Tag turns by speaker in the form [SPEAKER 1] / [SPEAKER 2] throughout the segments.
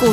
[SPEAKER 1] 股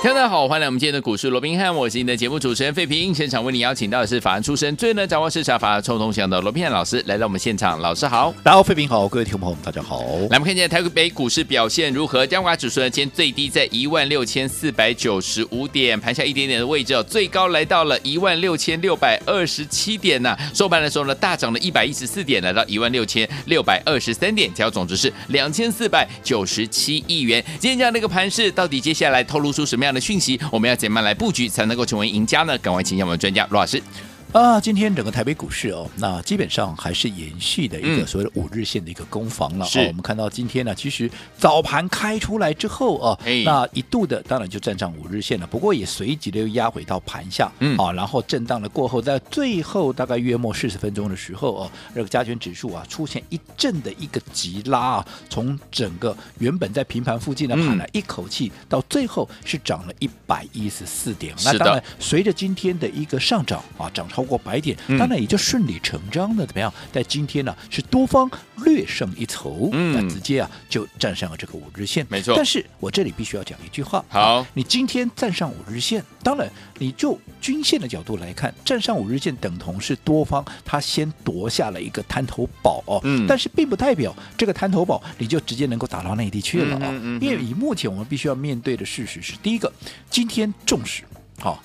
[SPEAKER 2] 听众大家好，欢迎来我们今天的股市罗宾汉，我是你的节目主持人费平。现场为你邀请到的是法案出身、最能掌握市场法案臭动向的罗宾汉老师来到我们现场，老师好。
[SPEAKER 3] 大家好，费平好，各位听众朋友们，大家好。
[SPEAKER 2] 来，我们看一下台北股市表现如何？加华指数呢，今天最低在一万六千四百九十五点，盘下一点点的位置哦，最高来到了一万六千六百二十七点呐、收盘的时候呢，大涨了一百一十四点，来到一万六千六百二十三点，成交总值是两千四百九十七亿元。今天这样的一个盘势，到底接下来透露出什么样的讯息？我们要怎么样来布局才能够成为赢家呢？赶快请教我们专家罗老师。
[SPEAKER 3] 啊，今天整个台北股市哦，那基本上还是延续的一个
[SPEAKER 2] 嗯
[SPEAKER 3] 所谓的五日线的一个攻防了、
[SPEAKER 2] 是
[SPEAKER 3] 哦。我们看到今天呢，其实早盘开出来之后哦
[SPEAKER 2] 哎，
[SPEAKER 3] 那一度的当然就站上五日线了，不过也随即的又压回到盘下，
[SPEAKER 2] 嗯
[SPEAKER 3] 啊，然后震荡了过后，在最后大概约莫四十分钟的时候哦，这个加权指数啊出现一阵的一个急拉啊，从整个原本在平盘附近的盘呢，
[SPEAKER 2] 嗯
[SPEAKER 3] 一口气到最后是涨了一百一十四点，
[SPEAKER 2] 是
[SPEAKER 3] 那
[SPEAKER 2] 的
[SPEAKER 3] 当然随着今天的一个上涨啊，涨超过百点，
[SPEAKER 2] 嗯
[SPEAKER 3] 当然也就顺理成章的怎么样，在今天呢、是多方略胜一筹，
[SPEAKER 2] 嗯
[SPEAKER 3] 那直接啊就站上了这个五日线，
[SPEAKER 2] 没错
[SPEAKER 3] 但是我这里必须要讲一句话，
[SPEAKER 2] 好
[SPEAKER 3] 你今天站上五日线，当然你就均线的角度来看，站上五日线等同是多方它先夺下了一个滩头堡哦，
[SPEAKER 2] 嗯
[SPEAKER 3] 但是并不代表这个滩头堡你就直接能够打到内地去了啊、
[SPEAKER 2] 嗯嗯嗯嗯
[SPEAKER 3] 因为以目前我们必须要面对的事实是，第一个，今天重视好。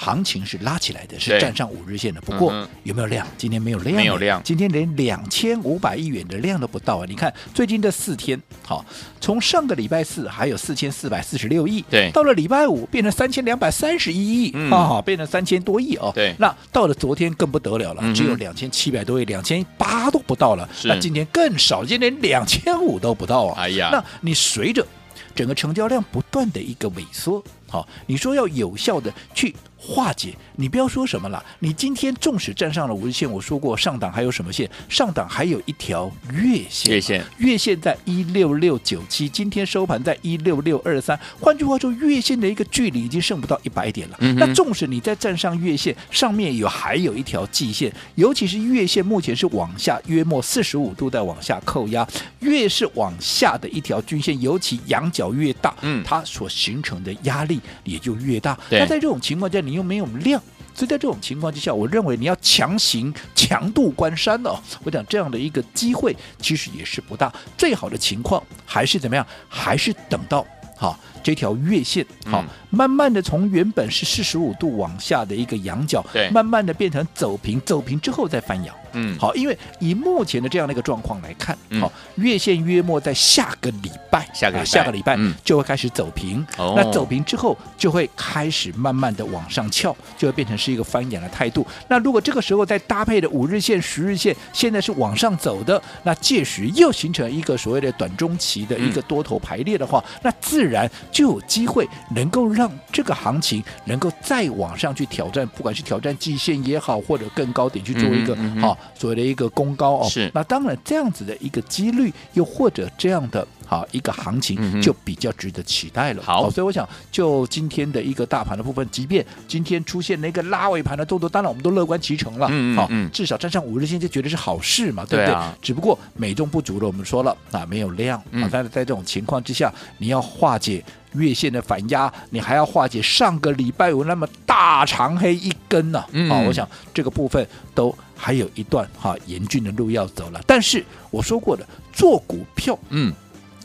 [SPEAKER 3] 行情是拉起来的，是
[SPEAKER 2] 对
[SPEAKER 3] 站上五日线的。不过、
[SPEAKER 2] 嗯哼
[SPEAKER 3] 有没有量？今天没有量，
[SPEAKER 2] 没有量
[SPEAKER 3] 今天连两千五百亿元的量都不到啊！你看最近这四天，好，从上个礼拜四还有四千四百四十六亿，
[SPEAKER 2] 对
[SPEAKER 3] 到了礼拜五变成三千两百三十一亿，
[SPEAKER 2] 嗯
[SPEAKER 3] 啊，变成三千多亿哦。
[SPEAKER 2] 对
[SPEAKER 3] 那到了昨天更不得了了，
[SPEAKER 2] 嗯哼
[SPEAKER 3] 只有两千七百多亿，两千八都不到了。
[SPEAKER 2] 是
[SPEAKER 3] 那今天更少，今天两千五都不到啊。
[SPEAKER 2] 哎呀
[SPEAKER 3] 那你随着整个成交量不断的一个萎缩，好，你说要有效的去化解，你不要说什么了，你今天纵使站上了五日线，我说过上档还有什么线？上档还有一条月线，啊
[SPEAKER 2] 月线，
[SPEAKER 3] 月线在一六六九七，今天收盘在一六六二三，换句话说，月线的一个距离已经剩不到一百点了。
[SPEAKER 2] 嗯哼
[SPEAKER 3] 那纵使你再站上月线，上面有还有一条季线，尤其是月线目前是往下约莫四十五度在往下扣压，越是往下的一条均线，尤其仰角越大，
[SPEAKER 2] 嗯
[SPEAKER 3] 它所形成的压力也就越大。
[SPEAKER 2] 对
[SPEAKER 3] 那在这种情况下，你又没有量。所以在这种情况之下，我认为你要强行强度关山哦，我讲这样的一个机会其实也是不大。最好的情况还是怎么样？还是等到好这条月线好、
[SPEAKER 2] 嗯
[SPEAKER 3] 慢慢的从原本是四十五度往下的一个仰角
[SPEAKER 2] 对，
[SPEAKER 3] 慢慢的变成走平，走平之后再翻扬。
[SPEAKER 2] 嗯，
[SPEAKER 3] 好，因为以目前的这样的一个状况来看，好、
[SPEAKER 2] 嗯
[SPEAKER 3] 月线约莫在下个礼拜，
[SPEAKER 2] 下个礼拜
[SPEAKER 3] 啊下个礼拜
[SPEAKER 2] 嗯
[SPEAKER 3] 就会开始走平。
[SPEAKER 2] 哦
[SPEAKER 3] 那走平之后，就会开始慢慢的往上翘，就会变成是一个翻扬的态度。那如果这个时候再搭配的五日线、十日线，现在是往上走的，那届时又形成一个所谓的短中期的一个多头排列的话，那自然就有机会能够让这个行情能够再往上去挑战，不管是挑战季线也好，或者更高点去做一个
[SPEAKER 2] 嗯哼嗯哼
[SPEAKER 3] 好、所谓的一个攻高哦。
[SPEAKER 2] 是
[SPEAKER 3] 那当然这样子的一个几率，又或者这样的好一个行
[SPEAKER 2] 嗯哼
[SPEAKER 3] 情，就比较值得期待了。
[SPEAKER 2] 好
[SPEAKER 3] 所以我想就今天的一个大盘的部分，即便今天出现了一个拉尾盘的动作，当然我们都乐观其成了。
[SPEAKER 2] 嗯嗯
[SPEAKER 3] 好、
[SPEAKER 2] 嗯
[SPEAKER 3] 至少站上五日线就觉得是好事嘛，对不
[SPEAKER 2] 对
[SPEAKER 3] 对？
[SPEAKER 2] 啊
[SPEAKER 3] 只不过美中不足了，我们说了啊，没有量
[SPEAKER 2] 嗯
[SPEAKER 3] 啊，但是在这种情况之下，你要化解。月线的反压，你还要化解上个礼拜有那么大长黑一根呢、啊，
[SPEAKER 2] 嗯
[SPEAKER 3] 我想这个部分都还有一段哈、严峻的路要走了。但是我说过的，做股票
[SPEAKER 2] 嗯，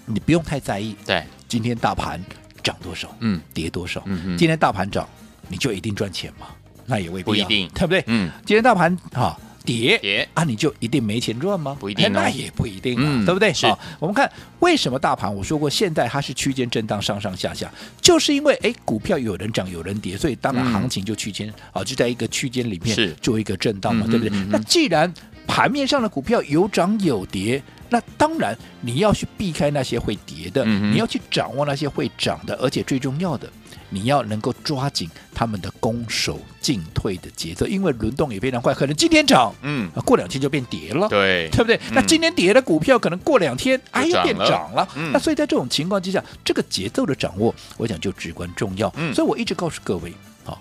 [SPEAKER 3] 你不用太在意
[SPEAKER 2] 对，
[SPEAKER 3] 今天大盘涨多少，
[SPEAKER 2] 嗯
[SPEAKER 3] 跌多少。
[SPEAKER 2] 嗯嗯，
[SPEAKER 3] 今天大盘涨，你就一定赚钱吗？那也未必、啊，
[SPEAKER 2] 不一定
[SPEAKER 3] 对不对？
[SPEAKER 2] 嗯，
[SPEAKER 3] 今天大盘哈、跌
[SPEAKER 2] 跌，
[SPEAKER 3] 啊，你就一定没钱赚吗？
[SPEAKER 2] 不一定哦
[SPEAKER 3] 哎那也不一定啊，
[SPEAKER 2] 嗯
[SPEAKER 3] 对不对？
[SPEAKER 2] 是
[SPEAKER 3] 好，我们看为什么大盘，我说过现在它是区间震荡上上下下，就是因为哎股票有人涨有人跌，所以当然
[SPEAKER 2] 嗯
[SPEAKER 3] 行情就区间、啊就在一个区间里面
[SPEAKER 2] 是
[SPEAKER 3] 做一个震荡嘛，
[SPEAKER 2] 嗯哼
[SPEAKER 3] 对不
[SPEAKER 2] 嗯
[SPEAKER 3] 对？
[SPEAKER 2] 哼
[SPEAKER 3] 那既然盘面上的股票有涨有跌。那当然，你要去避开那些会跌的，
[SPEAKER 2] 嗯哼
[SPEAKER 3] 你要去掌握那些会涨的，而且最重要的，你要能够抓紧它他们的攻守进退的节奏，因为轮动也非常快，可能今天涨，
[SPEAKER 2] 嗯，
[SPEAKER 3] 啊过两天就变跌了。
[SPEAKER 2] 对，
[SPEAKER 3] 对不对？那
[SPEAKER 2] 嗯
[SPEAKER 3] 今天跌的股票，可能过两天哎
[SPEAKER 2] 涨
[SPEAKER 3] 又变
[SPEAKER 2] 了
[SPEAKER 3] 涨了。
[SPEAKER 2] 嗯
[SPEAKER 3] 那所以在这种情况之下，这个节奏的掌握，我想就至关重要。
[SPEAKER 2] 嗯
[SPEAKER 3] 所以我一直告诉各位，好、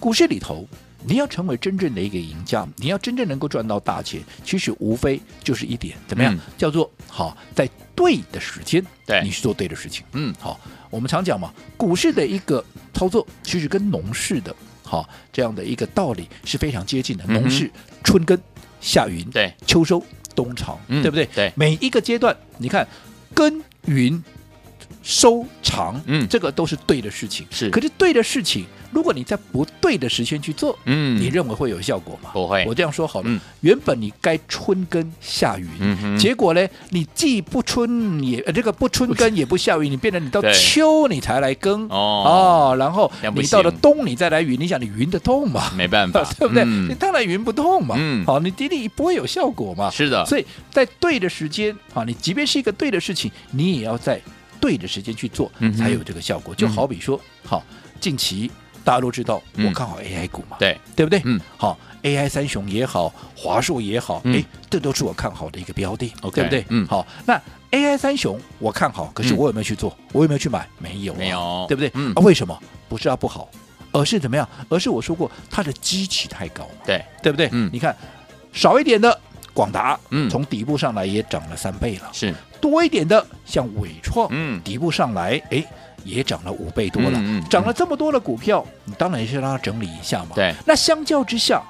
[SPEAKER 3] 股市里头。你要成为真正的一个赢家，你要真正能够赚到大钱，其实无非就是一点，怎么样？
[SPEAKER 2] 嗯
[SPEAKER 3] 叫做好，在对的时间，
[SPEAKER 2] 对
[SPEAKER 3] 你去做对的事情。
[SPEAKER 2] 嗯，
[SPEAKER 3] 好，我们常讲嘛，股市的一个操作其实跟农事的，好这样的一个道理是非常接近的。
[SPEAKER 2] 嗯哼
[SPEAKER 3] 农事春耕、夏耘、
[SPEAKER 2] 对，
[SPEAKER 3] 秋收、冬藏，
[SPEAKER 2] 嗯
[SPEAKER 3] 对不对？
[SPEAKER 2] 对
[SPEAKER 3] 每一个阶段，你看耕耘、收藏，
[SPEAKER 2] 嗯
[SPEAKER 3] 这个都是对的事情。
[SPEAKER 2] 是
[SPEAKER 3] 可是对的事情，如果你在不对的时间去做，
[SPEAKER 2] 嗯，
[SPEAKER 3] 你认为会有效果吗？
[SPEAKER 2] 不会
[SPEAKER 3] 我这样说好了，
[SPEAKER 2] 嗯
[SPEAKER 3] 原本你该春耕夏耘，
[SPEAKER 2] 嗯哼
[SPEAKER 3] 结果呢，你既不春也呃这个不春耕也不夏耘，你变成你到
[SPEAKER 2] 对
[SPEAKER 3] 秋你才来
[SPEAKER 2] 哦
[SPEAKER 3] 耕哦然后
[SPEAKER 2] 这样不
[SPEAKER 3] 你到了
[SPEAKER 2] 行
[SPEAKER 3] 冬你再来耘，你想你耘得动吗？，
[SPEAKER 2] 没办法
[SPEAKER 3] 对不对？
[SPEAKER 2] 嗯
[SPEAKER 3] 你当然耘不动嘛，
[SPEAKER 2] 嗯
[SPEAKER 3] 好，你滴滴不会有效果嘛，
[SPEAKER 2] 是啊的，
[SPEAKER 3] 所以在对的时间啊，你即便是一个对的事情，你也要在对的时间去做
[SPEAKER 2] 嗯，哼
[SPEAKER 3] 才有这个效果。就好比说，好，近期大家都知道，
[SPEAKER 2] 嗯
[SPEAKER 3] 我看好 AI 股嘛，
[SPEAKER 2] 对，
[SPEAKER 3] 对不对？
[SPEAKER 2] 嗯，
[SPEAKER 3] 好，AI 三雄也好，华硕也好，
[SPEAKER 2] 嗯
[SPEAKER 3] 哎，这都是我看好的一个标的
[SPEAKER 2] OK，
[SPEAKER 3] 对不对？
[SPEAKER 2] 嗯
[SPEAKER 3] 好，那 AI 三雄我看好，可是
[SPEAKER 2] 嗯
[SPEAKER 3] 我有没有去做？我有没有去买？没有啊，
[SPEAKER 2] 没有
[SPEAKER 3] 对不对？
[SPEAKER 2] 嗯
[SPEAKER 3] 啊，为什么？不是它不好，而是怎么样？而是我说过它的基期太高嘛，
[SPEAKER 2] 对，
[SPEAKER 3] 对不对？
[SPEAKER 2] 嗯
[SPEAKER 3] 你看少一点的广达，
[SPEAKER 2] 嗯
[SPEAKER 3] 从底部上来也涨了三倍了；
[SPEAKER 2] 是，
[SPEAKER 3] 多一点的像伟创，
[SPEAKER 2] 嗯，
[SPEAKER 3] 底部上来，哎，也涨了五倍多了。
[SPEAKER 2] 嗯嗯嗯
[SPEAKER 3] 涨了这么多的股票，你当然也是让它整理一下嘛。
[SPEAKER 2] 对，
[SPEAKER 3] 那相较之下，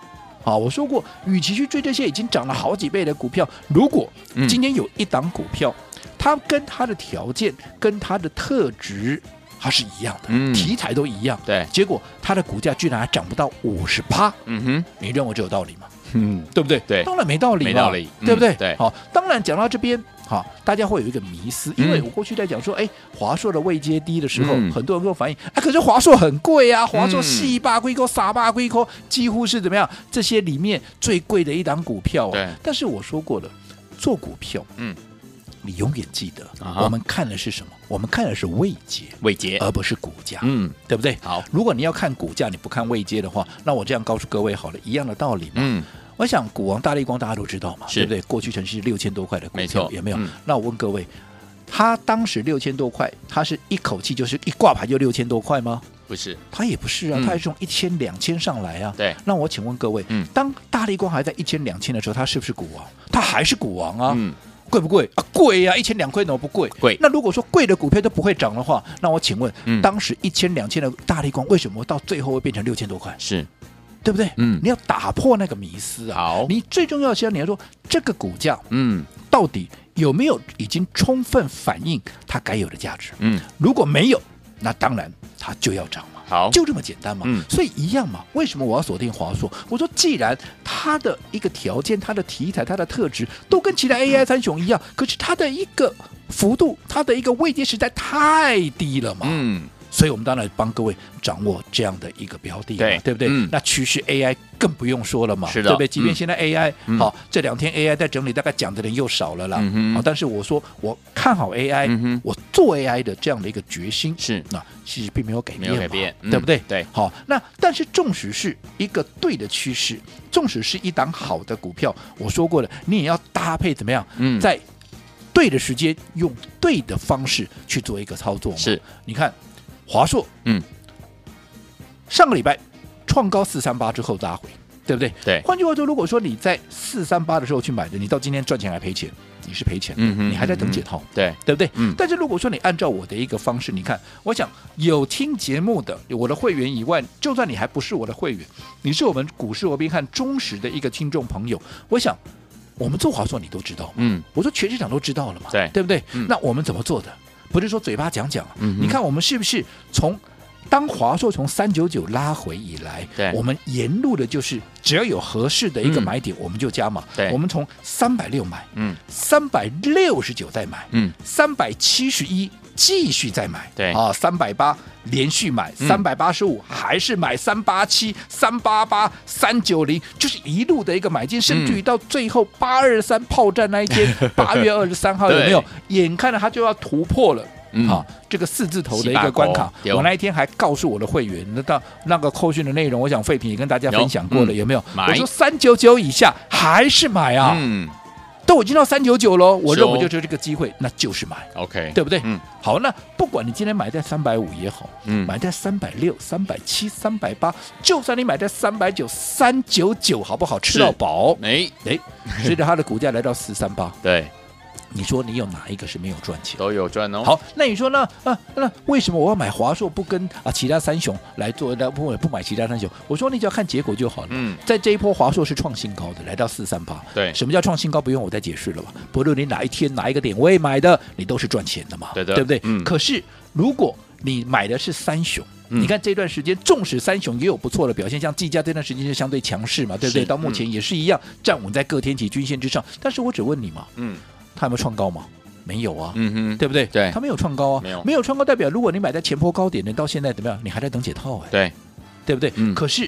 [SPEAKER 3] 啊，我说过，与其去追这些已经涨了好几倍的股票，如果
[SPEAKER 2] 嗯
[SPEAKER 3] 今天有一档股票，它跟它的条件、跟它的特质，它是一样的，
[SPEAKER 2] 嗯
[SPEAKER 3] 题材都一样，
[SPEAKER 2] 对，
[SPEAKER 3] 结果它的股价居然还涨不到五十趴，
[SPEAKER 2] 嗯哼，
[SPEAKER 3] 你认为这有道理吗？
[SPEAKER 2] 嗯，
[SPEAKER 3] 对不对？
[SPEAKER 2] 对
[SPEAKER 3] 当然没道理嘛，
[SPEAKER 2] 没道理嗯
[SPEAKER 3] 对不对？
[SPEAKER 2] 对
[SPEAKER 3] 好，当然讲到这边，好，大家会有一个迷思，因为
[SPEAKER 2] 嗯
[SPEAKER 3] 我过去在讲说，哎，华硕的位阶低的时候，
[SPEAKER 2] 嗯
[SPEAKER 3] 很多人跟我反映，啊，可是华硕很贵啊，华硕
[SPEAKER 2] 嗯
[SPEAKER 3] 四八贵扣、傻八贵扣，几乎是怎么样？这些里面最贵的一档股票
[SPEAKER 2] 对
[SPEAKER 3] 啊。但是我说过了，做股票，
[SPEAKER 2] 嗯，
[SPEAKER 3] 你永远记得，
[SPEAKER 2] 啊哈
[SPEAKER 3] 我们看的是什么？我们看的是位阶，
[SPEAKER 2] 伟杰，
[SPEAKER 3] 而不是股价。
[SPEAKER 2] 嗯，
[SPEAKER 3] 对不对？
[SPEAKER 2] 好，
[SPEAKER 3] 如果你要看股价，你不看位阶的话，那我这样告诉各位好了，一样的道理嘛。
[SPEAKER 2] 嗯，
[SPEAKER 3] 我想股王大力光大家都知道嘛，
[SPEAKER 2] 是
[SPEAKER 3] 对不对？过去曾是六千多块的股
[SPEAKER 2] 没
[SPEAKER 3] 票
[SPEAKER 2] 错，
[SPEAKER 3] 有没有？
[SPEAKER 2] 嗯
[SPEAKER 3] 那我问各位，他当时六千多块，他是一口气就是一挂牌就六千多块吗？
[SPEAKER 2] 不是，
[SPEAKER 3] 他也不是啊，
[SPEAKER 2] 嗯
[SPEAKER 3] 他也是从一千、两千上来啊。
[SPEAKER 2] 对
[SPEAKER 3] 那我请问各位，
[SPEAKER 2] 嗯
[SPEAKER 3] 当大力光还在一千、两千的时候，他是不是股王？他还是股王啊？
[SPEAKER 2] 嗯，
[SPEAKER 3] 贵不贵啊？贵呀、啊，一千两块怎么不贵？
[SPEAKER 2] 贵
[SPEAKER 3] 那如果说贵的股票都不会涨的话，那我请问，
[SPEAKER 2] 嗯
[SPEAKER 3] 当时一千、两千的大力光为什么到最后会变成六千多块？
[SPEAKER 2] 是，
[SPEAKER 3] 对不对？
[SPEAKER 2] 嗯
[SPEAKER 3] 你要打破那个迷思啊！
[SPEAKER 2] 好，
[SPEAKER 3] 你最重要的是要你要说这个股价
[SPEAKER 2] 嗯
[SPEAKER 3] 到底有没有已经充分反映它该有的价值？
[SPEAKER 2] 嗯，
[SPEAKER 3] 如果没有，那当然它就要涨嘛。
[SPEAKER 2] 好，
[SPEAKER 3] 就这么简单嘛，
[SPEAKER 2] 嗯
[SPEAKER 3] 所以一样嘛。为什么我要锁定华硕？我说，既然它的一个条件、它的题材、它的特质都跟其
[SPEAKER 2] 嗯
[SPEAKER 3] 他 AI 三雄一样，可是它的一个幅度、它的一个位阶实在太低了嘛。
[SPEAKER 2] 嗯，
[SPEAKER 3] 所以我们当然帮各位掌握这样的一个标的嘛，
[SPEAKER 2] 对
[SPEAKER 3] 对不对？
[SPEAKER 2] 嗯
[SPEAKER 3] 那趋势 AI 更不用说了嘛，
[SPEAKER 2] 是的
[SPEAKER 3] 对不对？
[SPEAKER 2] 嗯
[SPEAKER 3] 即便现在 AI 好、
[SPEAKER 2] 嗯
[SPEAKER 3] 这两天 AI 在整理，大概讲的人又少了啦。
[SPEAKER 2] 嗯哼
[SPEAKER 3] 好，但是我说我看好 AI，、
[SPEAKER 2] 嗯哼
[SPEAKER 3] 我做 AI 的这样的一个决心
[SPEAKER 2] 是
[SPEAKER 3] 那、其实并没有改变
[SPEAKER 2] 没
[SPEAKER 3] 嘛，
[SPEAKER 2] 有改变嗯
[SPEAKER 3] 对不对？
[SPEAKER 2] 对
[SPEAKER 3] 好，那但是纵使是一个对的趋势，纵使是一档好的股票，我说过了，你也要搭配怎么样？
[SPEAKER 2] 嗯
[SPEAKER 3] 在对的时间，用对的方式去做一个操作嘛。
[SPEAKER 2] 是，
[SPEAKER 3] 你看华硕，
[SPEAKER 2] 嗯，
[SPEAKER 3] 上个礼拜创高四三八之后拉回，对不对？
[SPEAKER 2] 对
[SPEAKER 3] 换句话说，如果说你在四三八的时候去买的，你到今天赚钱还赔钱，你是赔钱的，
[SPEAKER 2] 嗯哼
[SPEAKER 3] 你还在等解
[SPEAKER 2] 嗯
[SPEAKER 3] 套。
[SPEAKER 2] 对，
[SPEAKER 3] 对不对？
[SPEAKER 2] 嗯
[SPEAKER 3] 但是如果说你按照我的一个方式，你看，我想有听节目的我的会员以外，就算你还不是我的会员，你是我们股市罗宾汉忠实的一个听众朋友，我想我们做华硕你都知道嘛，
[SPEAKER 2] 嗯
[SPEAKER 3] 我说全市场都知道了嘛，
[SPEAKER 2] 对
[SPEAKER 3] 对不对？
[SPEAKER 2] 嗯
[SPEAKER 3] 那我们怎么做的？不是说嘴巴讲讲啊，
[SPEAKER 2] 嗯哼
[SPEAKER 3] 你看我们是不是从当华硕从三九九拉回以来，
[SPEAKER 2] 对
[SPEAKER 3] 我们沿路的就是只要有合适的一个
[SPEAKER 2] 嗯
[SPEAKER 3] 买点，我们就加码。
[SPEAKER 2] 对
[SPEAKER 3] 我们从三百六买，
[SPEAKER 2] 嗯
[SPEAKER 3] 三百六十九再买，
[SPEAKER 2] 嗯，
[SPEAKER 3] 三百七十一继续再买，
[SPEAKER 2] 对
[SPEAKER 3] 啊，三百八连续买，
[SPEAKER 2] 嗯
[SPEAKER 3] 三百八十五还是买，三八七、三八八、三九零，就是一路的一个买进，
[SPEAKER 2] 嗯
[SPEAKER 3] 甚至于到最后 八二三炮战那一天，八月二十三号有没有？眼看着它就要突破了，
[SPEAKER 2] 嗯
[SPEAKER 3] 好，这个四字头的一
[SPEAKER 2] 18
[SPEAKER 3] 个关卡
[SPEAKER 2] 口对，哦
[SPEAKER 3] 我那一天还告诉我的会员，那到那个扣讯的内容，我想废品也跟大家分享过了，
[SPEAKER 2] 有嗯
[SPEAKER 3] 有没有？
[SPEAKER 2] 买
[SPEAKER 3] 我说三九九以下还是买啊，
[SPEAKER 2] 嗯
[SPEAKER 3] 都已经到三九九喽，我
[SPEAKER 2] 是哦
[SPEAKER 3] 认为就是这个机会，那就是买。
[SPEAKER 2] ，OK，
[SPEAKER 3] 对不对？
[SPEAKER 2] 嗯
[SPEAKER 3] 好，那不管你今天买在三百五也好，
[SPEAKER 2] 嗯
[SPEAKER 3] 买在三百六、三百七、三百八，就算你买在三百九、三九九，好不好？吃
[SPEAKER 2] 是
[SPEAKER 3] 到饱。
[SPEAKER 2] 哎，
[SPEAKER 3] 哎，随着它的股价来到四三八，
[SPEAKER 2] 对，
[SPEAKER 3] 你说你有哪一个是没有赚钱？
[SPEAKER 2] 都有赚哦。，
[SPEAKER 3] 好，那你说呢？啊，那为什么我要买华硕不跟啊其他三雄来做？那不不买其他三雄？我说你只要看结果就好了。
[SPEAKER 2] 嗯
[SPEAKER 3] 在这一波华硕是创新高的，来到四三八。
[SPEAKER 2] 对
[SPEAKER 3] 什么叫创新高？不用我再解释了吧？不论你哪一天哪一个点位买的，你都是赚钱的嘛，
[SPEAKER 2] 对的
[SPEAKER 3] 对不对？
[SPEAKER 2] 嗯
[SPEAKER 3] 可是如果你买的是三雄。
[SPEAKER 2] 嗯
[SPEAKER 3] 你看这段时间，纵使三雄也有不错的表现，像技嘉这段时间就相对强势嘛，对不对？
[SPEAKER 2] 是
[SPEAKER 3] 到目前也是一样，站稳在各天体均线之上。但是我只问你嘛，
[SPEAKER 2] 嗯
[SPEAKER 3] 它有没有创高吗？没有啊，
[SPEAKER 2] 嗯哼，
[SPEAKER 3] 对不对？
[SPEAKER 2] 对
[SPEAKER 3] 它没有创高啊，
[SPEAKER 2] 没有
[SPEAKER 3] 创高，代表如果你买在前波高点的，到现在怎么样？你还在等解套哎、
[SPEAKER 2] 对，
[SPEAKER 3] 对不对？
[SPEAKER 2] 嗯
[SPEAKER 3] 可是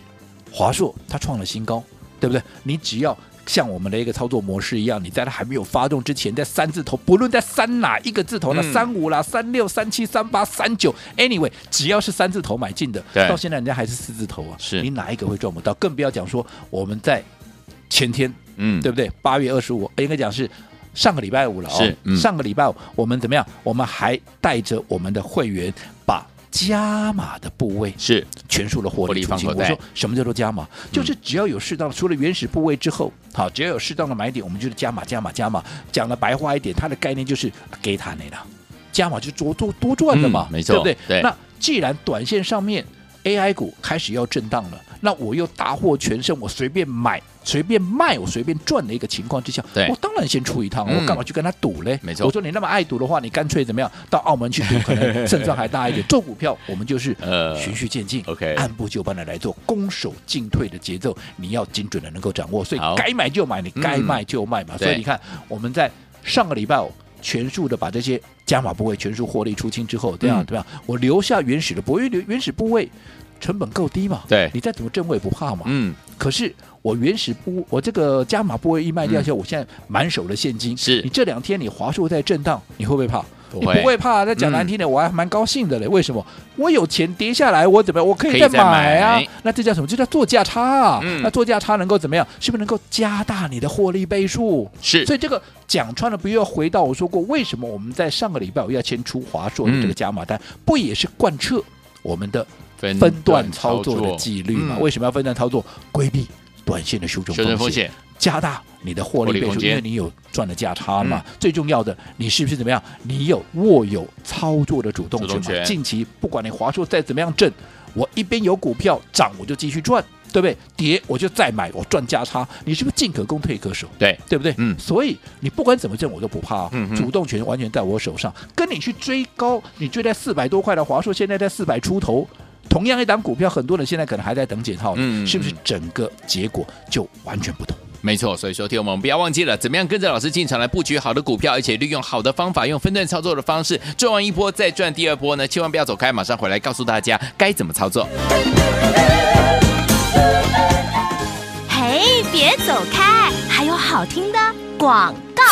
[SPEAKER 3] 华硕它创了新高，对不对？你只要像我们的一个操作模式一样，你在它还没有发动之前，在三字头，不论在三哪一个字头，那
[SPEAKER 2] 嗯
[SPEAKER 3] 三五啦、三六、三七、三八、三九，anyway，只要是三字头买进的，
[SPEAKER 2] 对
[SPEAKER 3] 到现在人家还是四字头啊，
[SPEAKER 2] 是
[SPEAKER 3] 你哪一个会赚不到？更不要讲说我们在前天
[SPEAKER 2] 嗯
[SPEAKER 3] 对不对？八月二十五，应该讲是上个礼拜五了哦。
[SPEAKER 2] 是嗯
[SPEAKER 3] 上个礼拜五我们怎么样？我们还带着我们的会员把加码的部位
[SPEAKER 2] 是
[SPEAKER 3] 全数的获
[SPEAKER 2] 获
[SPEAKER 3] 利
[SPEAKER 2] 利
[SPEAKER 3] 出
[SPEAKER 2] 放
[SPEAKER 3] 清。
[SPEAKER 2] 口
[SPEAKER 3] 我
[SPEAKER 2] 袋嗯
[SPEAKER 3] 说什么叫做加码？就是只要有适当的，除了原始部位之后，好，只要有适当的买点，我们就是加码、加码、加码。讲的白话一点，它的概念就是给他那了，加码就多多多赚的嘛，
[SPEAKER 2] 嗯没错
[SPEAKER 3] 对不对？
[SPEAKER 2] 对
[SPEAKER 3] 那既然短线上面 AI 股开始要震荡了，那我又大获全胜，我随便买、随便卖、我随便赚的一个情况之下，
[SPEAKER 2] 对
[SPEAKER 3] 我当然先出一趟，
[SPEAKER 2] 嗯
[SPEAKER 3] 我干嘛去跟他赌嘞？
[SPEAKER 2] 没错
[SPEAKER 3] 我说你那么爱赌的话，你干脆怎么样到澳门去赌，可 能胜算还大一点。做股票，我们就是
[SPEAKER 2] 呃
[SPEAKER 3] 循序渐进、
[SPEAKER 2] OK
[SPEAKER 3] 按部就班的来做，攻守进退的节奏，你要精准的能够掌握。所以
[SPEAKER 2] 好
[SPEAKER 3] 该买就买，你该
[SPEAKER 2] 嗯
[SPEAKER 3] 卖就卖嘛。所以
[SPEAKER 2] 对
[SPEAKER 3] 你看，我们在上个礼拜、哦、全数的把这些加码部位全数获利出清之后，对啊，
[SPEAKER 2] 嗯
[SPEAKER 3] 对吧？我留下原始的部位，因为原始部位成本够低嘛，
[SPEAKER 2] 对
[SPEAKER 3] 你再怎么挣我也不怕嘛。
[SPEAKER 2] 嗯
[SPEAKER 3] 可是我原始部，我这个加码部位一卖掉之后，我现在满手的现金。
[SPEAKER 2] 是
[SPEAKER 3] 你这两天你华硕在震荡，你会不会怕？
[SPEAKER 2] 不
[SPEAKER 3] 你
[SPEAKER 2] 会
[SPEAKER 3] 不会怕、那讲难听点，我还蛮高兴的嘞。为什么？我有钱跌下来，我怎么样？我可
[SPEAKER 2] 可
[SPEAKER 3] 以
[SPEAKER 2] 以
[SPEAKER 3] 再
[SPEAKER 2] 再
[SPEAKER 3] 买啊。
[SPEAKER 2] 买
[SPEAKER 3] 那这叫什么？这叫做价差啊。
[SPEAKER 2] 嗯
[SPEAKER 3] 那做价差能够怎么样？是不是能够加大你的获利倍数？
[SPEAKER 2] 是
[SPEAKER 3] 所以这个讲穿了，不要回到我说过，为什么我们在上个礼拜我要先出华硕的这个
[SPEAKER 2] 嗯
[SPEAKER 3] 加码单，不也是贯彻我们的
[SPEAKER 2] 分
[SPEAKER 3] 分段操作的纪律嘛？
[SPEAKER 2] 嗯
[SPEAKER 3] 为什么要分段操作？规避短线的修正
[SPEAKER 2] 修正
[SPEAKER 3] 风
[SPEAKER 2] 风
[SPEAKER 3] 险，
[SPEAKER 2] 险，
[SPEAKER 3] 加大你的获
[SPEAKER 2] 获
[SPEAKER 3] 利
[SPEAKER 2] 利
[SPEAKER 3] 倍
[SPEAKER 2] 空
[SPEAKER 3] 数，
[SPEAKER 2] 间嗯
[SPEAKER 3] 因为你有赚的价差嘛。最重要的，你是不是怎么样？你有握有操作的主动
[SPEAKER 2] 主
[SPEAKER 3] 权
[SPEAKER 2] 动
[SPEAKER 3] 嘛？
[SPEAKER 2] 权
[SPEAKER 3] 近期不管你华硕再怎么样挣，我一边有股票涨，我就继续赚。对不对？跌我就再买，我赚价差。你是不是进可攻退可守？
[SPEAKER 2] 对，
[SPEAKER 3] 对不对？
[SPEAKER 2] 嗯
[SPEAKER 3] 所以你不管怎么挣，我都不怕、哦，
[SPEAKER 2] 嗯哼
[SPEAKER 3] 主动权完全在我手上。跟你去追高，你追在四百多块的华硕，现在在四百出头。同样一档股票，很多人现在可能还在等解套呢，
[SPEAKER 2] 嗯嗯
[SPEAKER 3] 是不是
[SPEAKER 2] 嗯
[SPEAKER 3] 整个结果就完全不同？
[SPEAKER 2] 没错，所以说，听我们不要忘记了，怎么样跟着老师进场来布局好的股票，而且利用好的方法，用分段操作的方式赚完一波再赚第二波呢？千万不要走开，马上回来告诉大家该怎么操作。
[SPEAKER 1] 嘿，别走开，还有好听的广告。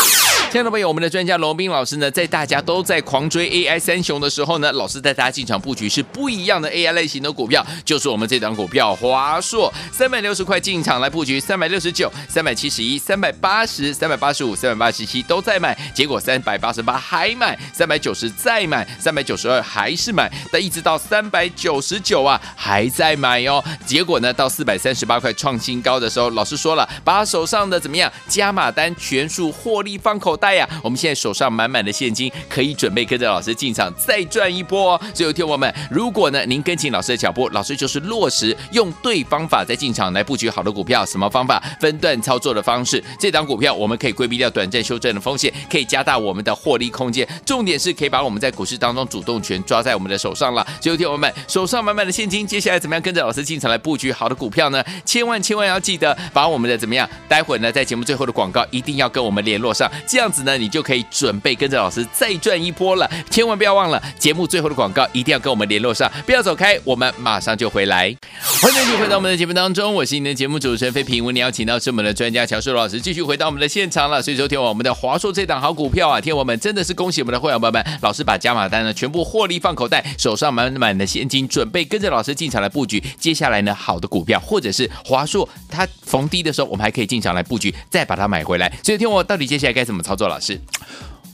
[SPEAKER 2] 亲爱的朋友我们的专家龙斌老师呢，在大家都在狂追 AI 三雄的时候呢，老师带大家进场布局是不一样的 AI 类型的股票，就是我们这档股票华硕，三百六十块进场来布局，三百六十九、三百七十一、三百八十、三百八十五、三百八十七都在买，结果三百八十八还买，三百九十再买，三百九十二还是买，但一直到三百九十九啊还在买哦，结果呢到四百三十八块创新高的时候，老师说了，把手上的怎么样加码单全数获利放口袋呀、我们现在手上满满的现金，可以准备跟着老师进场再赚一波哦。所以，听我们，如果呢您跟紧老师的脚步，老师就是落实用对方法再进场来布局好的股票，什么方法？分段操作的方式。这档股票我们可以规避掉短暂修正的风险，可以加大我们的获利空间。重点是可以把我们在股市当中主动权抓在我们的手上了。所以，听我们手上满满的现金，接下来怎么样跟着老师进场来布局好的股票呢？千万千万要记得把我们的怎么样？待会呢，在节目最后的广告一定要跟我们联络上，这样子呢，你就可以准备跟着老师再赚一波了。千万不要忘了，节目最后的广告一定要跟我们联络上，不要走开，我们马上就回来。欢迎继续回到我们的节目当中，我是你的节目主持人费平。我们邀请到是我们的专家乔树老师，继续回到我们的现场了。所以说，天王我们的华硕这档好股票啊，天王们真的是恭喜我们的会员朋友们，老师把加码单呢全部获利放口袋，手上满满的现金，准备跟着老师进场来布局。接下来呢，好的股票或者是华硕它逢低的时候，我们还可以进场来布局，再把它买回来。所以天王到底接下来该怎么操作？老师，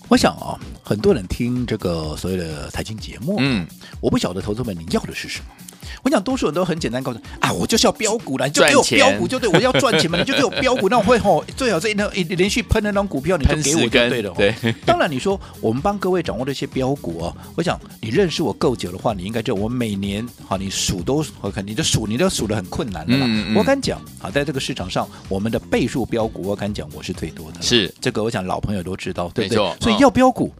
[SPEAKER 3] 我想啊、很多人听这个所谓的财经节目，
[SPEAKER 2] 嗯，
[SPEAKER 3] 我不晓得投资们你要的是什么。我想多数人都很简单告诉你啊，我就是要标股啦，你就给
[SPEAKER 2] 赚
[SPEAKER 3] 我
[SPEAKER 2] 钱
[SPEAKER 3] 标股就对，我要赚钱嘛， 你就给我标股，那我会吼，最好是一一连续喷的那种股票，你就
[SPEAKER 2] 喷
[SPEAKER 3] 给我
[SPEAKER 2] 十
[SPEAKER 3] 就
[SPEAKER 2] 根
[SPEAKER 3] 对了哦。
[SPEAKER 2] 对
[SPEAKER 3] 当然你说我们帮各位掌握这些标股哦，我想你认识我够久的话，你应该知道我每年好，你数都我肯定就数你都数的很困难的啦。
[SPEAKER 2] 嗯嗯
[SPEAKER 3] 我敢讲啊，在这个市场上，我们的倍数标股，我敢讲我是最多的啦。
[SPEAKER 2] 是
[SPEAKER 3] 这个，我想老朋友都知道，对不
[SPEAKER 2] 没
[SPEAKER 3] 对
[SPEAKER 2] 错？
[SPEAKER 3] 所以
[SPEAKER 2] 嗯
[SPEAKER 3] 要标股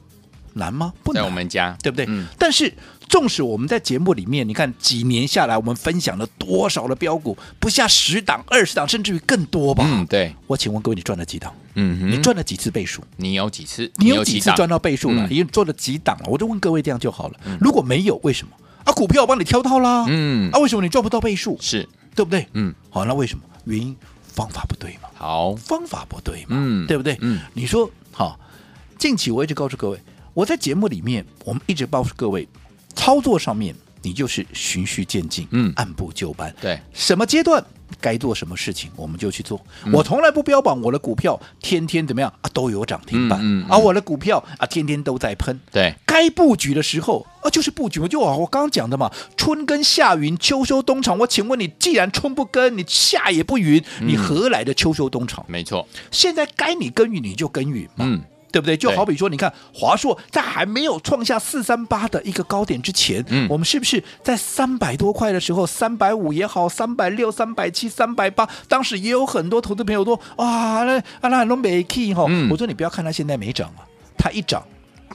[SPEAKER 3] 难吗？不
[SPEAKER 2] 在
[SPEAKER 3] 难
[SPEAKER 2] 我。们家，
[SPEAKER 3] 对不对？
[SPEAKER 2] 嗯
[SPEAKER 3] 但是纵使我们在节目里面，你看几年下来，我们分享了多少的标股，不下十档、二十档，甚至于更多吧？
[SPEAKER 2] 嗯，对，
[SPEAKER 3] 我请问各位，你赚了几档？
[SPEAKER 2] 嗯哼，
[SPEAKER 3] 你赚了几次倍数？
[SPEAKER 2] 你有几次？
[SPEAKER 3] 你有几次
[SPEAKER 2] 档
[SPEAKER 3] 赚到倍数了？
[SPEAKER 2] 嗯
[SPEAKER 3] 已经做了几档了？我就问各位这样就好了。如果没有，为什么？啊，股票我帮你挑到啦。
[SPEAKER 2] 嗯
[SPEAKER 3] 啊，为什么你赚不到倍数？
[SPEAKER 2] 是，
[SPEAKER 3] 对不对？
[SPEAKER 2] 嗯，
[SPEAKER 3] 好，那为什么？原因方法不对嘛。
[SPEAKER 2] 好，
[SPEAKER 3] 方法不对嘛，
[SPEAKER 2] 嗯
[SPEAKER 3] 对不对？
[SPEAKER 2] 嗯
[SPEAKER 3] 你说好，近期我一直告诉各位，我在节目里面我们一直告诉各位，操作上面你就是循序渐进，
[SPEAKER 2] 嗯
[SPEAKER 3] 按部就班，
[SPEAKER 2] 对，
[SPEAKER 3] 什么阶段该做什么事情我们就去做。
[SPEAKER 2] 嗯
[SPEAKER 3] 我从来不标榜我的股票天天怎么样啊都有涨停板，
[SPEAKER 2] 嗯嗯嗯
[SPEAKER 3] 而、我的股票啊天天都在喷，
[SPEAKER 2] 对，
[SPEAKER 3] 该布局的时候啊，就是布局。我就啊，我刚刚讲的嘛，春耕夏耘，秋收冬藏。我请问你，既然春不耕，你夏也不耘，
[SPEAKER 2] 嗯
[SPEAKER 3] 你何来的秋收冬藏？
[SPEAKER 2] 没错，
[SPEAKER 3] 现在该你耕耘，你就耕耘嘛。
[SPEAKER 2] 嗯
[SPEAKER 3] 对不对？就
[SPEAKER 2] 对
[SPEAKER 3] 好比说，你看华硕在还没有创下四三八的一个高点之前，
[SPEAKER 2] 嗯
[SPEAKER 3] 我们是不是在三百多块的时候，三百五也好，三百六、三百七、三百八，当时也有很多投资朋友说，哇，那啊那都没 key 哈、
[SPEAKER 2] 嗯
[SPEAKER 3] 我说你不要看它现在没涨啊，它一涨。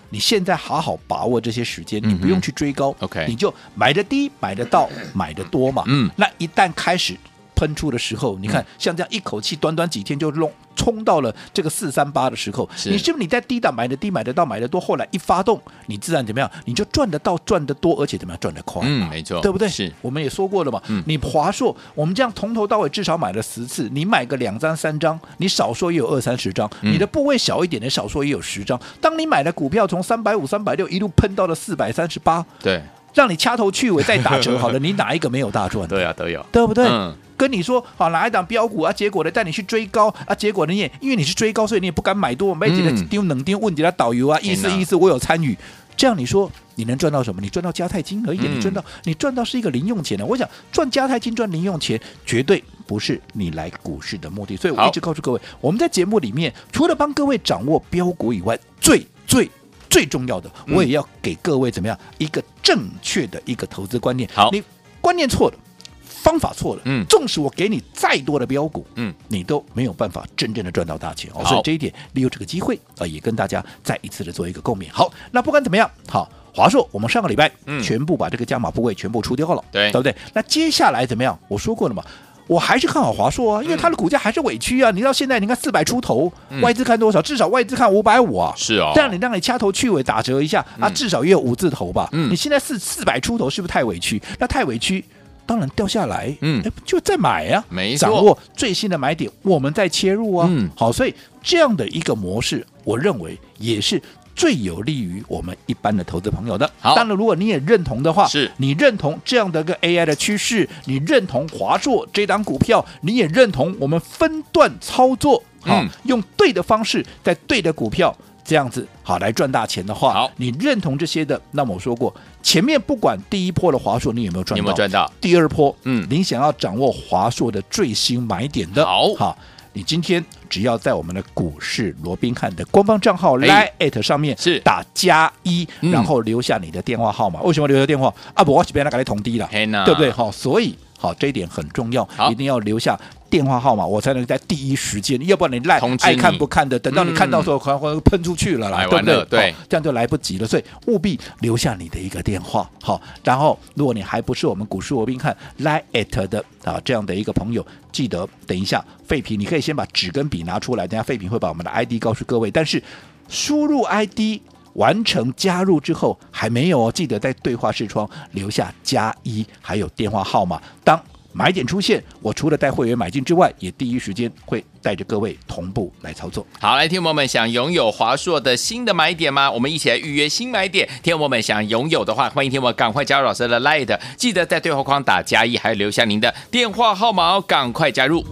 [SPEAKER 3] 你现在好好把握这些时间，
[SPEAKER 2] 嗯
[SPEAKER 3] 你
[SPEAKER 2] 哼
[SPEAKER 3] 不用去追高
[SPEAKER 2] OK
[SPEAKER 3] 你就买的低，买得到，买的多嘛。
[SPEAKER 2] 嗯
[SPEAKER 3] 那一旦开始喷出的时候，你看像这样一口气，短短几天就弄冲到了这个四三八的时候，
[SPEAKER 2] 是
[SPEAKER 3] 你是不是你在低档买的低，买得到，买得多，后来一发动，你自然怎么样，你就赚得到，赚得多，而且怎么样，赚得快。
[SPEAKER 2] 嗯，没错，
[SPEAKER 3] 对不对？
[SPEAKER 2] 是，
[SPEAKER 3] 我们也说过了嘛。
[SPEAKER 2] 嗯
[SPEAKER 3] 你华硕，我们这样从头到尾至少买了十次，你买个两张三张，你少说也有二三十张，
[SPEAKER 2] 嗯
[SPEAKER 3] 你的部位小一点的少说也有十张。当你买的股票从三百五、三百六一路喷到了四百三十八，
[SPEAKER 2] 对，
[SPEAKER 3] 让你掐头去尾再打折，好了，你哪一个没有大赚？
[SPEAKER 2] 对啊，都有，
[SPEAKER 3] 对不对？
[SPEAKER 2] 嗯
[SPEAKER 3] 跟你说好哪一档标股啊，结果呢带你去追高啊，结果呢你也因为你是追高，所以你也不敢买多，没几个
[SPEAKER 2] 嗯哎
[SPEAKER 3] 丢冷丢问你的导游啊，意
[SPEAKER 2] 天哪
[SPEAKER 3] 思意思我有参与。这样你说你能赚到什么？你赚到加泰金而已，
[SPEAKER 2] 嗯
[SPEAKER 3] 你赚到你赚到是一个零用钱啊的。我想赚加泰金赚零用钱，绝对不是你来股市的目的。所以我
[SPEAKER 2] 好
[SPEAKER 3] 一直告诉各位，我们在节目里面除了帮各位掌握标股以外，最最最重要的，
[SPEAKER 2] 嗯
[SPEAKER 3] 我也要给各位怎么样一个正确的一个投资观念。
[SPEAKER 2] 好
[SPEAKER 3] 你观念错了，方法错了，
[SPEAKER 2] 嗯
[SPEAKER 3] 纵使我给你再多的标股，
[SPEAKER 2] 嗯，
[SPEAKER 3] 你都没有办法真正的赚到大钱哦。
[SPEAKER 2] 好
[SPEAKER 3] 所以这一点，利用这个机会啊、呃也跟大家再一次的做一个共勉。好，那不管怎么样，好。华硕，我们上个礼拜、
[SPEAKER 2] 嗯
[SPEAKER 3] 全部把这个加码部位全部出掉了，
[SPEAKER 2] 对
[SPEAKER 3] 对不对？那接下来怎么样？我说过了嘛，我还是看好华硕啊，因为它的股价还是委屈啊。你到现在，你看四百出头，
[SPEAKER 2] 嗯
[SPEAKER 3] 外资看多少？至少外资看五百五啊，
[SPEAKER 2] 是哦，
[SPEAKER 3] 这样你让你掐头去尾打折一下、啊，
[SPEAKER 2] 嗯
[SPEAKER 3] 至少也有五字头吧。
[SPEAKER 2] 嗯
[SPEAKER 3] 你现在四四百出头，是不是太委屈？那太委屈，当然掉下来，
[SPEAKER 2] 嗯
[SPEAKER 3] 哎，就再买呀、啊，
[SPEAKER 2] 没错
[SPEAKER 3] 掌握最新的买点，我们再切入啊。
[SPEAKER 2] 嗯
[SPEAKER 3] 好，所以这样的一个模式，我认为也是。最有利于我们一般的投资朋友的。
[SPEAKER 2] 好
[SPEAKER 3] 当然，如果你也认同的话，
[SPEAKER 2] 是
[SPEAKER 3] 你认同这样的一个 AI 的趋势，你认同华硕这档股票，你也认同我们分段操作，好、
[SPEAKER 2] 嗯
[SPEAKER 3] 用对的方式，在对的股票这样子好来赚大钱的话，
[SPEAKER 2] 好
[SPEAKER 3] 你认同这些的，那么我说过，前面不管第一波的华硕你有没有赚
[SPEAKER 2] 你
[SPEAKER 3] 到，
[SPEAKER 2] 有没有赚到？
[SPEAKER 3] 第二波，
[SPEAKER 2] 嗯
[SPEAKER 3] 您想要掌握华硕的最新买点的，
[SPEAKER 2] 好
[SPEAKER 3] 你今天只要在我们的股市罗宾汉的官方账号 Line
[SPEAKER 2] 哎
[SPEAKER 3] at 上面
[SPEAKER 2] 是
[SPEAKER 3] 打加一，
[SPEAKER 2] 嗯
[SPEAKER 3] 然后留下你的电话号码。为什么留下电话？啊，不，我这边那个来同低了，
[SPEAKER 2] 嘿呐
[SPEAKER 3] 对不对？好，所以好，这一点很重要
[SPEAKER 2] 好，
[SPEAKER 3] 一定要留下。电话号码，我才能在第一时间，要不然你赖
[SPEAKER 2] 通知
[SPEAKER 3] 爱
[SPEAKER 2] 你
[SPEAKER 3] 看不看的，等到你
[SPEAKER 2] 嗯
[SPEAKER 3] 看到的时候，可能会喷出去了啦
[SPEAKER 2] 哎，
[SPEAKER 3] 对
[SPEAKER 2] 完
[SPEAKER 3] 不对
[SPEAKER 2] 了？对
[SPEAKER 3] 好这样就来不及了，所以务必留下你的一个电话，好。然后，如果你还不是我们股市罗宾汉 Line at 的啊这样的一个朋友，记得等一下废品，你可以先把纸跟笔拿出来，等一下废品会把我们的 ID 告诉各位，但是输入 ID。完成加入之后还没有哦，记得在对话视窗留下加一，还有电话号码。当
[SPEAKER 4] 买点出现，我除了带会员买进之外，也第一时间会带着各位同步来操作。
[SPEAKER 2] 好，来，听众朋友们想拥有华硕的新的买点吗？我们一起来预约新买点。听众朋友们想拥有的话，欢迎听我赶快加入老师的 Light，记得在对话框打加一，还有留下您的电话号码哦，赶快加入。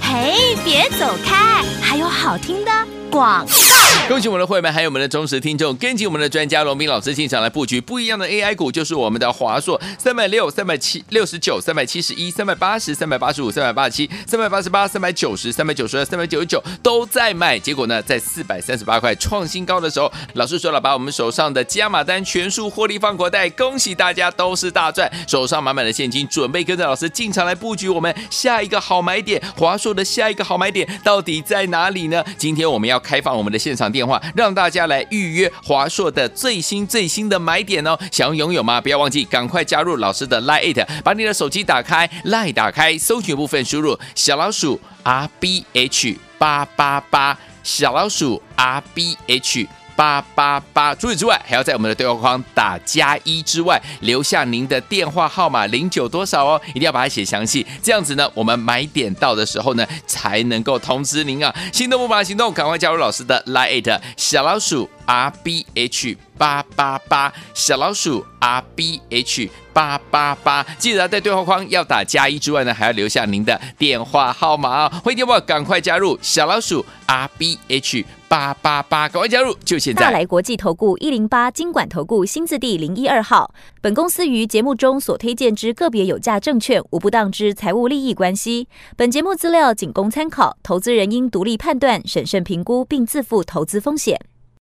[SPEAKER 1] 嘿，别走开，还有好听的广。
[SPEAKER 2] 恭喜我们的会员，还有我们的忠实听众，跟紧我们的专家罗斌老师进场来布局不一样的 AI 股，就是我们的华硕三百六、三百七、六十九、三百七十一、三百八十、三百八十五、三百八十七、三百八十八、三百九十、三百九十二、三百九十九都在卖。结果呢，在四百三十八块创新高的时候，老师说了，把我们手上的加码单全数获利放口袋，恭喜大家都是大赚，手上满满的现金，准备跟着老师进场来布局我们下一个好买点，华硕的下一个好买点到底在哪里呢？今天我们要开放我们的现场电话，让大家来预约华硕的最新最新的买点哦。想要拥有吗？不要忘记赶快加入老师的 Line It，把你的手机打开，Line 打开，搜寻部分输入小老鼠 R B H 八八八，小老鼠 R B H。八八八。除此之外，还要在我们的对话框打加一之外，留下您的电话号码零九多少哦，一定要把它写详细。这样子呢，我们买点到的时候呢，才能够通知您啊。心动不马行动，赶快加入老师的 Line It 小老鼠 R B H 八八八，小老鼠 R B H 八八八。记得啊在对话框要打加一之外呢，还要留下您的电话号码哦。会电话赶快加入小老鼠 R B H 八八八，赶快加入，就现
[SPEAKER 5] 大
[SPEAKER 2] 在。
[SPEAKER 5] 来国际投顾一零八金管投顾新字第零一二号。本公司于节目中所推荐之个别有价证券，无不当之财务利益关系。本节目资料仅供参考，投资人应独立判断、审慎评估，并自负投资风险。